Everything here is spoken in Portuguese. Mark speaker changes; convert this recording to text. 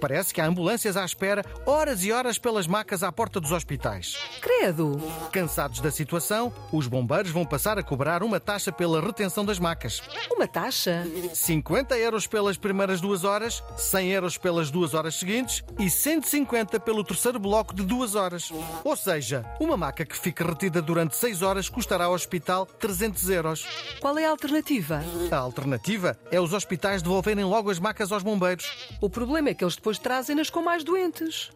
Speaker 1: Parece que há ambulâncias à espera horas e horas pelas macas à porta dos hospitais.
Speaker 2: Credo!
Speaker 1: Cansados da situação, os bombeiros vão passar a cobrar uma taxa pela retenção das macas.
Speaker 2: Uma taxa?
Speaker 1: 50 euros pelas primeiras duas horas, 100 euros pelas duas horas seguintes e 150 pelo terceiro bloco de duas horas. Ou seja, uma maca que fique retida durante 6 horas custará ao hospital 300 euros.
Speaker 2: Qual é a alternativa?
Speaker 1: A alternativa é os hospitais devolverem logo as macas aos bombeiros.
Speaker 2: O problema é que eles depois trazem-nas com mais doentes.